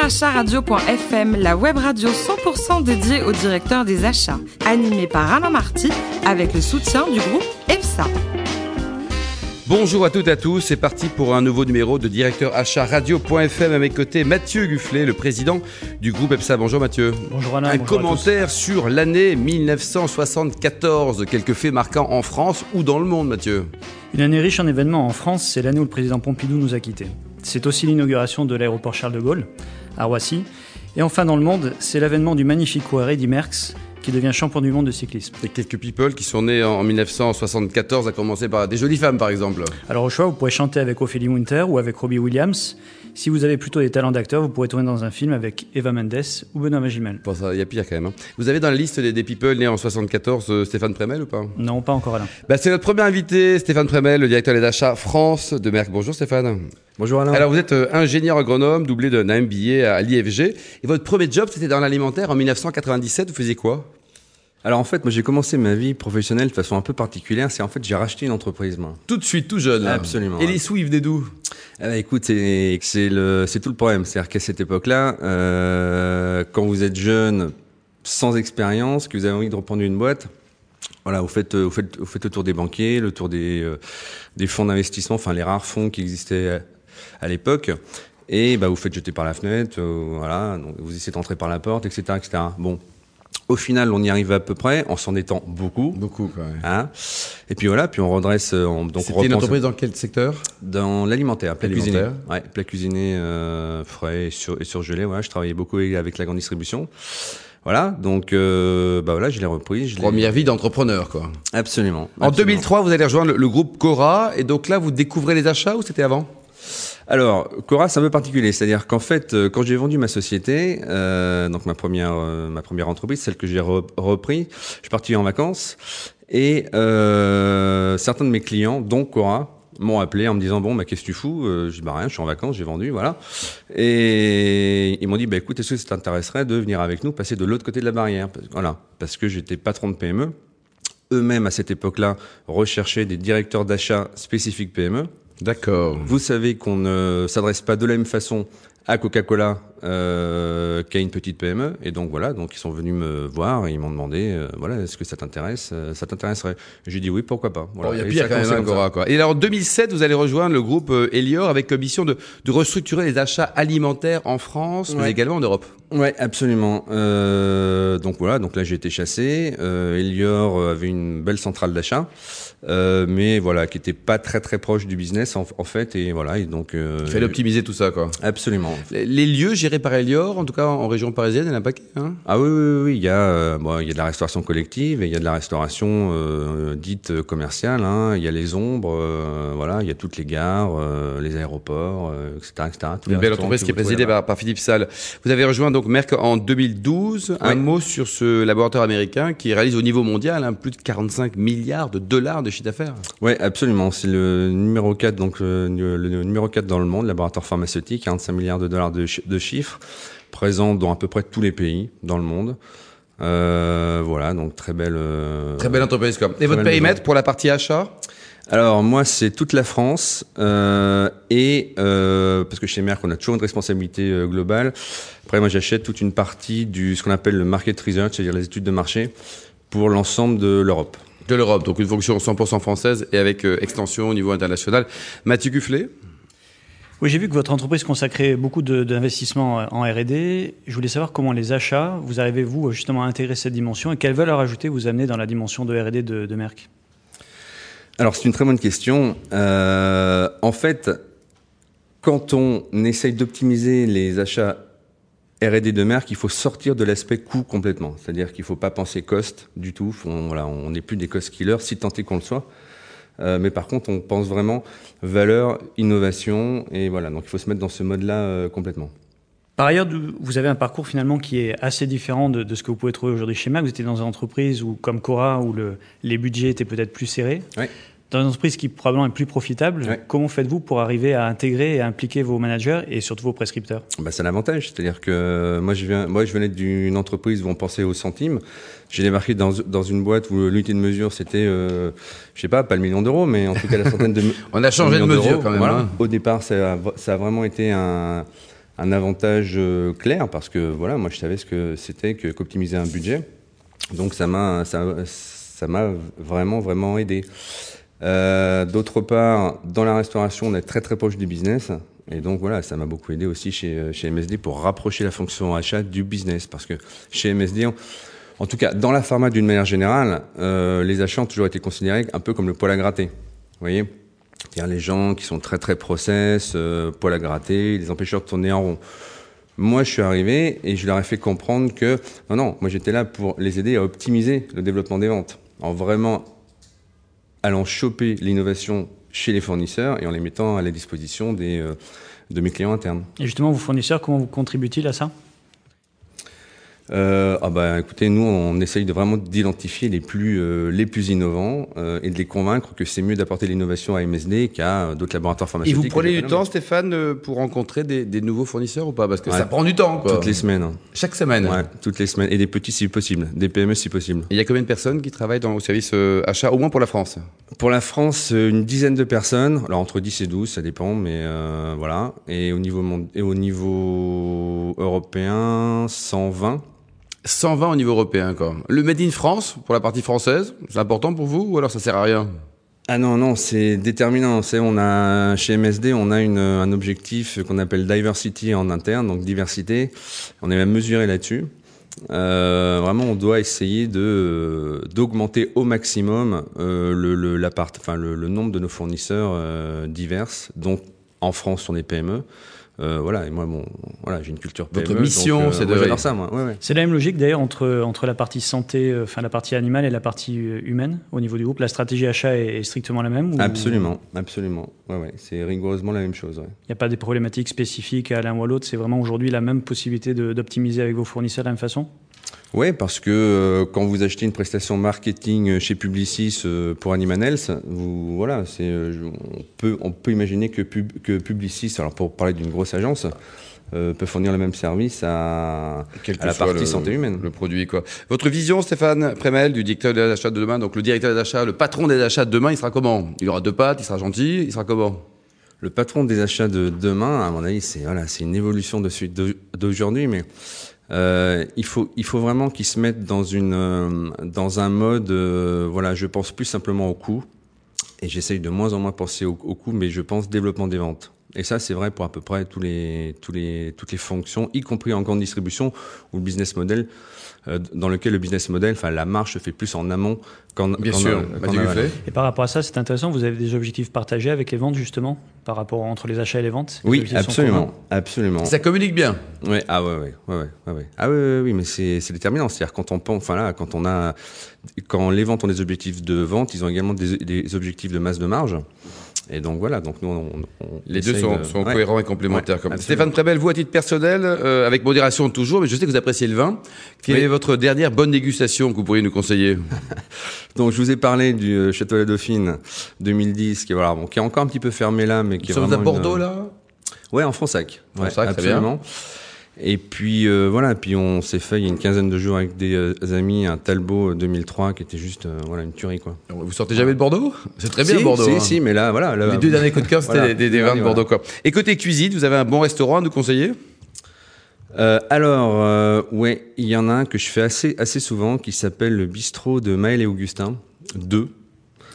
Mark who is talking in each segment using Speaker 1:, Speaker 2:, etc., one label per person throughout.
Speaker 1: directeurachat-radio.fm, la web radio 100% dédiée au directeur des achats, animée par Alain Marty avec le soutien du groupe EPSA.
Speaker 2: Bonjour à toutes et à tous, c'est parti pour un nouveau numéro de Directeur Achat Radio.fm. À mes côtés, Mathieu Gufflet, le président du groupe E EPSA. Bonjour Mathieu.
Speaker 3: Bonjour Alain.
Speaker 2: Un
Speaker 3: bonjour à
Speaker 2: commentaire sur l'année 1974, quelques faits marquants en France ou dans le monde, Mathieu.
Speaker 3: tous. Une année riche en événements en France, c'est l'année où le président Pompidou nous a quittés. C'est aussi l'inauguration de l'aéroport Charles de Gaulle à Roissy. Et enfin dans le monde, c'est l'avènement du magnifique coureur Eddy Merckx qui devient champion du monde de cyclisme.
Speaker 2: Et quelques people qui sont nés en 1974, à commencer par des jolies femmes, par exemple.
Speaker 3: Alors au choix, vous pourrez chanter avec Ophélie Winter ou avec Robbie Williams. Si vous avez plutôt des talents d'acteur, vous pourrez tourner dans un film avec Eva Mendes ou Benoît Magimel.
Speaker 2: Bon, ça, il y a pire quand même. hein. Vous avez dans la liste des, des people nés en 74 euh, Stéphane Premel ou pas
Speaker 3: Non, pas encore Alain.
Speaker 2: Bah, C'est notre premier invité, Stéphane Premel, le directeur des achats France de Merck. Bonjour Stéphane.
Speaker 4: Bonjour Alain.
Speaker 2: Alors vous êtes euh, ingénieur agronome, doublé d'un MBA à l'IFG. Et votre premier job, c'était dans l'alimentaire en 1997. Vous faisiez quoi
Speaker 4: Alors, en fait, moi j'ai commencé ma vie professionnelle de façon un peu particulière. C'est en fait j'ai racheté une entreprise. Moi.
Speaker 2: Tout de suite, tout jeune. hein.
Speaker 4: Absolument,
Speaker 2: Et
Speaker 4: ouais.
Speaker 2: les sous, ils venaient d'où
Speaker 4: Ah bah, écoute, c'est c'est le c'est tout le problème. C'est-à-dire qu'à cette époque-là, euh, quand vous êtes jeune, sans expérience, que vous avez envie de reprendre une boîte. Voilà, vous faites, euh, vous, faites, vous faites le tour des banquiers, le tour des, euh, des fonds d'investissement, enfin les rares fonds qui existaient à, à l'époque, et bah, vous faites jeter par la fenêtre, euh, voilà, donc vous essayez d'entrer par la porte, etc., etc. Bon, au final, on y arrive à peu près, en s'endettant beaucoup,
Speaker 5: Beaucoup, quoi. ouais.
Speaker 4: Hein et puis voilà, puis on redresse, euh, on, donc on
Speaker 5: C'était une
Speaker 4: repense-
Speaker 5: entreprise dans quel secteur
Speaker 4: dans l'alimentaire, plat cuisiné,
Speaker 5: Alimentaire.
Speaker 4: ouais, plat cuisiné euh, frais et, sur, et surgelé. Voilà, je travaillais beaucoup avec la grande distribution. Voilà, donc euh, bah voilà, je l'ai repris, je l'ai-
Speaker 2: Première vie d'entrepreneur, quoi.
Speaker 4: absolument.
Speaker 2: En
Speaker 4: absolument.
Speaker 2: 2003, vous allez rejoindre le, le groupe Cora. Et donc là, vous découvrez les achats ou c'était avant
Speaker 4: Alors, Cora, c'est un peu particulier. C'est-à-dire qu'en fait, euh, quand j'ai vendu ma société, euh, donc ma première, euh, ma première entreprise, celle que j'ai re- repris, je suis parti en vacances et euh, certains de mes clients, dont Cora, m'ont appelé en me disant bon bah qu'est-ce que tu fous Euh, je dis bah rien je suis en vacances j'ai vendu voilà et ils m'ont dit bah écoute est-ce que ça t'intéresserait de venir avec nous passer de l'autre côté de la barrière Parce- voilà parce que j'étais patron de PME eux-mêmes à cette époque-là recherchaient des directeurs d'achat spécifiques E. PME
Speaker 2: D'accord.
Speaker 4: vous savez qu'on ne s'adresse pas de la même façon à Coca-Cola euh, qu'à une petite PME. Et donc voilà, donc ils sont venus me voir et ils m'ont demandé, euh, voilà, est-ce que ça t'intéresse euh, Ça t'intéresserait J'ai dit oui, pourquoi pas.
Speaker 2: Il
Speaker 4: Voilà.
Speaker 2: y a
Speaker 4: Et
Speaker 2: pire
Speaker 4: ça
Speaker 2: quand même,
Speaker 4: commençait
Speaker 2: hein,
Speaker 4: comme ça.
Speaker 2: Cora, quoi. Et alors, en 2007, vous allez rejoindre le groupe euh, Elior avec euh, mission de, de restructurer les achats alimentaires en France, mais
Speaker 4: Ouais.
Speaker 2: également en Europe.
Speaker 4: Ouais, absolument. Euh, donc voilà, donc là j'ai été chassé. Euh, Elior avait une belle centrale d'achat, euh, mais voilà, qui était pas très très proche du business en, en fait. Et voilà, et donc euh,
Speaker 2: Il fallait optimiser tout ça, quoi.
Speaker 4: absolument.
Speaker 2: Les, les lieux gérés par Elior, en tout cas en région parisienne, il y en a un paquet. Hein
Speaker 4: Ah oui, oui, oui, oui, il y a, euh, bon, il y a de la restauration collective et il y a de la restauration euh, dite euh, commerciale. hein. Il y a les ombres, euh, voilà, il y a toutes les gares, euh, les aéroports, euh, etc., etc. tous les
Speaker 2: Une belle
Speaker 4: restaurants
Speaker 2: entreprise
Speaker 4: que
Speaker 2: qui est
Speaker 4: vous trouvez
Speaker 2: présidée
Speaker 4: là-bas.
Speaker 2: par, par Philippe Salle. Vous avez rejoint donc Merck en 2012. Un
Speaker 4: Oui.
Speaker 2: mot sur ce laboratoire américain qui réalise au niveau mondial hein, plus de 45 milliards de dollars de chiffre d'affaires.
Speaker 4: Ouais, absolument. C'est le numéro 4, donc euh, le, le numéro 4 dans le monde, laboratoire pharmaceutique, 45 milliards de dollars de, chi- de chiffres, présent dans à peu près tous les pays dans le monde. Euh, voilà, donc très belle. euh,
Speaker 2: Très belle entreprise, quoi. Et votre
Speaker 4: belle
Speaker 2: périmètre
Speaker 4: maison.
Speaker 2: pour la partie achat
Speaker 4: Alors moi c'est toute la France euh, et euh, parce que chez Merck on a toujours une responsabilité euh, globale. Après moi j'achète toute une partie du ce qu'on appelle le market research, c'est-à-dire les études de marché pour l'ensemble de l'Europe.
Speaker 2: de l'Europe, donc une fonction 100% française et avec euh, extension au niveau international. Mathieu Gufflet,
Speaker 3: Oui, j'ai vu que votre entreprise consacrait beaucoup de- d'investissements euh, en R&D. Je voulais savoir comment les achats, vous arrivez vous euh, justement à intégrer cette dimension et quelle valeur ajoutée vous amenez dans la dimension de R&D de, de Merck
Speaker 4: Alors c'est une très bonne question. Euh, en fait, quand on essaye d'optimiser les achats R&D de Merck, il faut sortir de l'aspect coût complètement. C'est-à-dire qu'il ne faut pas penser cost du tout. On voilà, on n'est plus des cost killers, si tant est qu'on le soit. Euh, mais par contre, on pense vraiment valeur, innovation, et voilà. Donc, il faut se mettre dans ce mode-là euh, complètement.
Speaker 3: Par ailleurs, du- vous avez un parcours finalement qui est assez différent de, de ce que vous pouvez trouver aujourd'hui chez Merck. Vous étiez dans une entreprise où, comme Cora, où le- les budgets étaient peut-être plus serrés.
Speaker 4: Ouais.
Speaker 3: Dans une entreprise qui probablement est plus profitable,
Speaker 4: Ouais.
Speaker 3: comment faites-vous pour arriver à intégrer et à impliquer vos managers et surtout vos prescripteurs
Speaker 4: Bah, c'est l'avantage, c'est-à-dire que euh, moi je viens, moi je venais d'une entreprise où on pensait aux centimes. J'ai débarqué dans, dans une boîte où l'unité de mesure c'était, euh, je sais pas, pas le million d'euros, mais en tout cas la centaine de.
Speaker 2: On a changé de
Speaker 4: millions
Speaker 2: mesure hein.
Speaker 4: d'euros.
Speaker 2: quand même,
Speaker 4: Voilà.
Speaker 2: hein.
Speaker 4: Au départ, ça a, ça a vraiment été un, un avantage euh, clair parce que voilà, moi je savais ce que c'était que qu'optimiser un budget. Donc ça m'a ça, ça m'a vraiment vraiment aidé. Euh, D'autre part, dans la restauration, on est très très proche du business. Et donc voilà, ça m'a beaucoup aidé aussi chez, chez MSD pour rapprocher la fonction achat du business. Parce que chez MSD, on- en tout cas dans la pharma d'une manière générale, euh, les achats ont toujours été considérés un peu comme le poil à gratter. Vous voyez C'est-à-dire les gens qui sont très très process, euh, poil à gratter, les empêcheurs de tourner en rond. Moi, je suis arrivé et je leur ai fait comprendre que non, non, moi j'étais là pour les aider à optimiser le développement des ventes, en vraiment allant choper l'innovation chez les fournisseurs et en les mettant à la disposition des, euh, de mes clients internes.
Speaker 3: Et justement, vos fournisseurs, comment vous contribuent-ils à ça
Speaker 4: Euh, ah bah écoutez, nous on essaye de vraiment d'identifier les plus euh, les plus innovants euh, et de les convaincre que c'est mieux d'apporter l'innovation à MSD qu'à euh, d'autres laboratoires
Speaker 2: Et
Speaker 4: pharmaceutiques.
Speaker 2: vous prenez du
Speaker 4: Évidemment.
Speaker 2: temps, Stéphane, euh, pour rencontrer des, des nouveaux fournisseurs ou pas Parce que
Speaker 4: Ouais.
Speaker 2: ça prend du temps, quoi.
Speaker 4: toutes les semaines. hein.
Speaker 2: Chaque semaine.
Speaker 4: Ouais, toutes les semaines et des petits si possible, des PME si possible.
Speaker 2: Et Il y a combien de personnes qui travaillent dans, au service euh, achat, au moins pour la France
Speaker 4: Pour la France, euh, une dizaine de personnes, alors entre 10 et 12, ça dépend, mais euh, voilà. Et au niveau mond- et au niveau européen, 120.
Speaker 2: 120 au niveau européen, quoi. Le Made in France, pour la partie française, c'est important pour vous ou alors ça sert à rien
Speaker 4: Ah non, non, c'est déterminant. C'est, on a, chez MSD, on a une, un objectif qu'on appelle diversity en interne, donc diversité. On est même mesuré là-dessus. Euh, vraiment, on doit essayer de d'augmenter au maximum euh, le, le, la part, enfin, le, le nombre de nos fournisseurs euh, divers. Donc, en France, on est PME. Euh, voilà, et moi, bon, voilà, j'ai une culture PME.
Speaker 2: Votre mission,
Speaker 4: donc, euh,
Speaker 2: c'est
Speaker 4: moi,
Speaker 2: de-
Speaker 4: J'adore ça, moi. Ouais, ouais.
Speaker 3: C'est la même logique d'ailleurs entre, entre la partie santé, euh, enfin la partie animale et la partie euh, humaine au niveau du groupe. La stratégie achat est, est strictement la même ou-
Speaker 4: Absolument, absolument. Ouais, ouais, c'est rigoureusement la même chose. Ouais.
Speaker 3: Il n'y a pas des problématiques spécifiques à l'un ou à l'autre. C'est vraiment aujourd'hui la même possibilité de- d'optimiser avec vos fournisseurs de la même façon.
Speaker 4: Oui, parce que euh, quand vous achetez une prestation marketing euh, chez Publicis euh, pour Animal Health, vous, voilà, c'est, euh, je- on, peut, on peut imaginer que, Pub- que Publicis, alors pour parler d'une grosse agence, euh, peut fournir le même service à,
Speaker 2: Quelle
Speaker 4: à la partie santé humaine.
Speaker 2: Le produit, quoi. Votre vision, Stéphane Prémel, du directeur des achats de demain. Donc, le directeur des achats, le patron des achats de demain, il sera comment Il aura deux pattes, il sera gentil, il sera comment
Speaker 4: Le patron des achats de demain, à mon avis, c'est voilà, c'est une évolution de celui d'au- d'aujourd'hui, mais euh, il faut il faut vraiment qu'ils se mettent dans une euh, dans un mode euh, voilà, je pense plus simplement au coût et j'essaye de moins en moins penser au, au coût, mais je pense développement des ventes. Et ça, c'est vrai pour à peu près tous les tous les toutes les fonctions, y compris en grande distribution ou le business model euh, dans lequel le business model, enfin la marche se fait plus en amont qu'en
Speaker 2: Bien
Speaker 4: qu'en
Speaker 2: sûr,
Speaker 4: a-
Speaker 3: bah,
Speaker 4: qu'en
Speaker 2: Mathieu
Speaker 4: aval.
Speaker 2: Gufflet.
Speaker 3: Et par rapport à ça, c'est intéressant. Vous avez des objectifs partagés avec les ventes justement, par rapport entre les achats et les ventes. Les
Speaker 4: Oui,
Speaker 3: objectifs sont communs.
Speaker 4: absolument, absolument.
Speaker 2: Ça communique bien.
Speaker 4: Ouais, ah ouais, ouais, ouais, ouais, ouais, ouais. Ah ouais, ouais, oui, mais c'est c'est déterminant. C'est-à-dire quand on pense, enfin là, quand on a, quand les ventes ont des objectifs de vente, ils ont également des, des objectifs de masse de marge. Et donc voilà, donc nous, on, on-
Speaker 2: Les deux
Speaker 4: essaye
Speaker 2: sont,
Speaker 4: de-
Speaker 2: sont
Speaker 4: ouais.
Speaker 2: cohérents et complémentaires.
Speaker 4: Ouais,
Speaker 2: comme
Speaker 4: absolument.
Speaker 2: Stéphane Prébel, vous, à titre personnel, euh, avec modération toujours, mais je sais que vous appréciez le vin. Quelle
Speaker 4: Oui.
Speaker 2: est votre dernière bonne dégustation que vous pourriez nous conseiller
Speaker 4: Donc je vous ai parlé du euh, Château de la Dauphine 2010, qui est voilà, bon, qui est encore un petit peu fermé là, mais qui est
Speaker 2: Nous sommes à
Speaker 4: vraiment une- euh,
Speaker 2: Bordeaux, là
Speaker 4: Ouais, en Fronsac. Ouais,
Speaker 2: Fronsac, très bien.
Speaker 4: absolument. Et puis euh, voilà, puis on s'est fait il y a une quinzaine de jours avec des euh, amis un Talbot euh, 2003 qui était juste euh, voilà une tuerie quoi.
Speaker 2: Vous sortez jamais de Bordeaux C'est très bien
Speaker 4: Si,
Speaker 2: Bordeaux.
Speaker 4: Si,
Speaker 2: hein.
Speaker 4: si, mais là voilà. là-
Speaker 2: Les deux derniers coups de cœur, c'était
Speaker 4: Voilà.
Speaker 2: des, des- des vins de
Speaker 4: Voilà.
Speaker 2: Bordeaux. Quoi. Et côté cuisine, vous avez un bon restaurant à nous conseiller
Speaker 4: Euh, alors, euh, ouais, il y en a un que je fais assez, assez souvent qui s'appelle le bistrot de Maël et Augustin 2.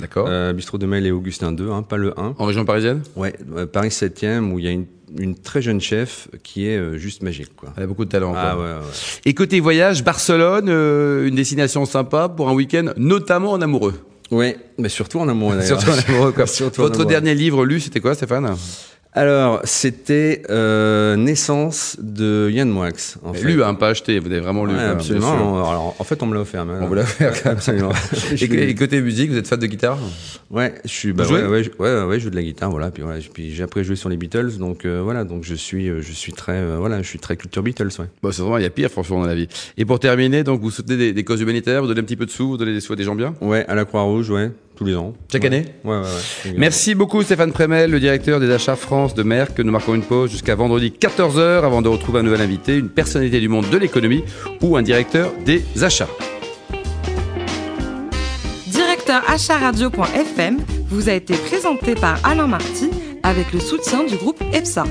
Speaker 2: D'accord.
Speaker 4: Euh, bistrot de Maël et Augustin 2, hein, pas le 1.
Speaker 2: En région parisienne
Speaker 4: Ouais, euh, Paris 7e, où il y a une, une très jeune chef qui est euh, juste magique, quoi.
Speaker 2: Elle a beaucoup de talent.
Speaker 4: Ah
Speaker 2: quoi.
Speaker 4: ouais, ouais, ouais.
Speaker 2: Et côté voyage, Barcelone, euh, une destination sympa pour un week-end, notamment en amoureux.
Speaker 4: Ouais, mais surtout en amour d'ailleurs.
Speaker 2: Surtout en amoureux. Quoi.
Speaker 4: Surtout en
Speaker 2: Votre
Speaker 4: amoureux.
Speaker 2: dernier livre lu, c'était quoi, Stéphane
Speaker 4: Alors, c'était euh, Naissance de Yann Moix. En fait.
Speaker 2: Lu, hein, pas acheté. Vous avez vraiment lu.
Speaker 4: Ouais,
Speaker 2: quoi, bien
Speaker 4: absolument.
Speaker 2: sûr.
Speaker 4: Alors, en fait, on me l'a offert. mais-
Speaker 2: On vous l'a offert.
Speaker 4: Absolument. Je
Speaker 2: Et,
Speaker 4: l'ai-
Speaker 2: et côté musique, vous êtes fan de guitare
Speaker 4: Ouais, je suis bah
Speaker 2: Vous jouez
Speaker 4: ouais, ouais, je- ouais, ouais, ouais, je joue de la guitare voilà puis voilà puis j'ai après joué sur les Beatles donc euh, voilà donc je suis euh, je suis très euh, voilà je suis très culture Beatles ouais.
Speaker 2: Bon, Bah, c'est vraiment, il y a pire, franchement, dans la vie. Et pour terminer, donc, vous soutenez des, des causes humanitaires, vous donnez un petit peu de sous, vous donnez des sous à des gens bien
Speaker 4: Ouais, à la Croix-Rouge ouais, tous les ans.
Speaker 2: Chaque
Speaker 4: Ouais.
Speaker 2: année
Speaker 4: Ouais ouais ouais.
Speaker 2: Merci beaucoup Stéphane Prémel, le directeur des achats France de Merck. Nous marquons une pause jusqu'à vendredi 14h avant de retrouver un nouvel invité, une personnalité du monde de l'économie ou un directeur des achats.
Speaker 1: Directeur achatradio.fm vous a été présenté par Alain Marty avec le soutien du groupe EPSA.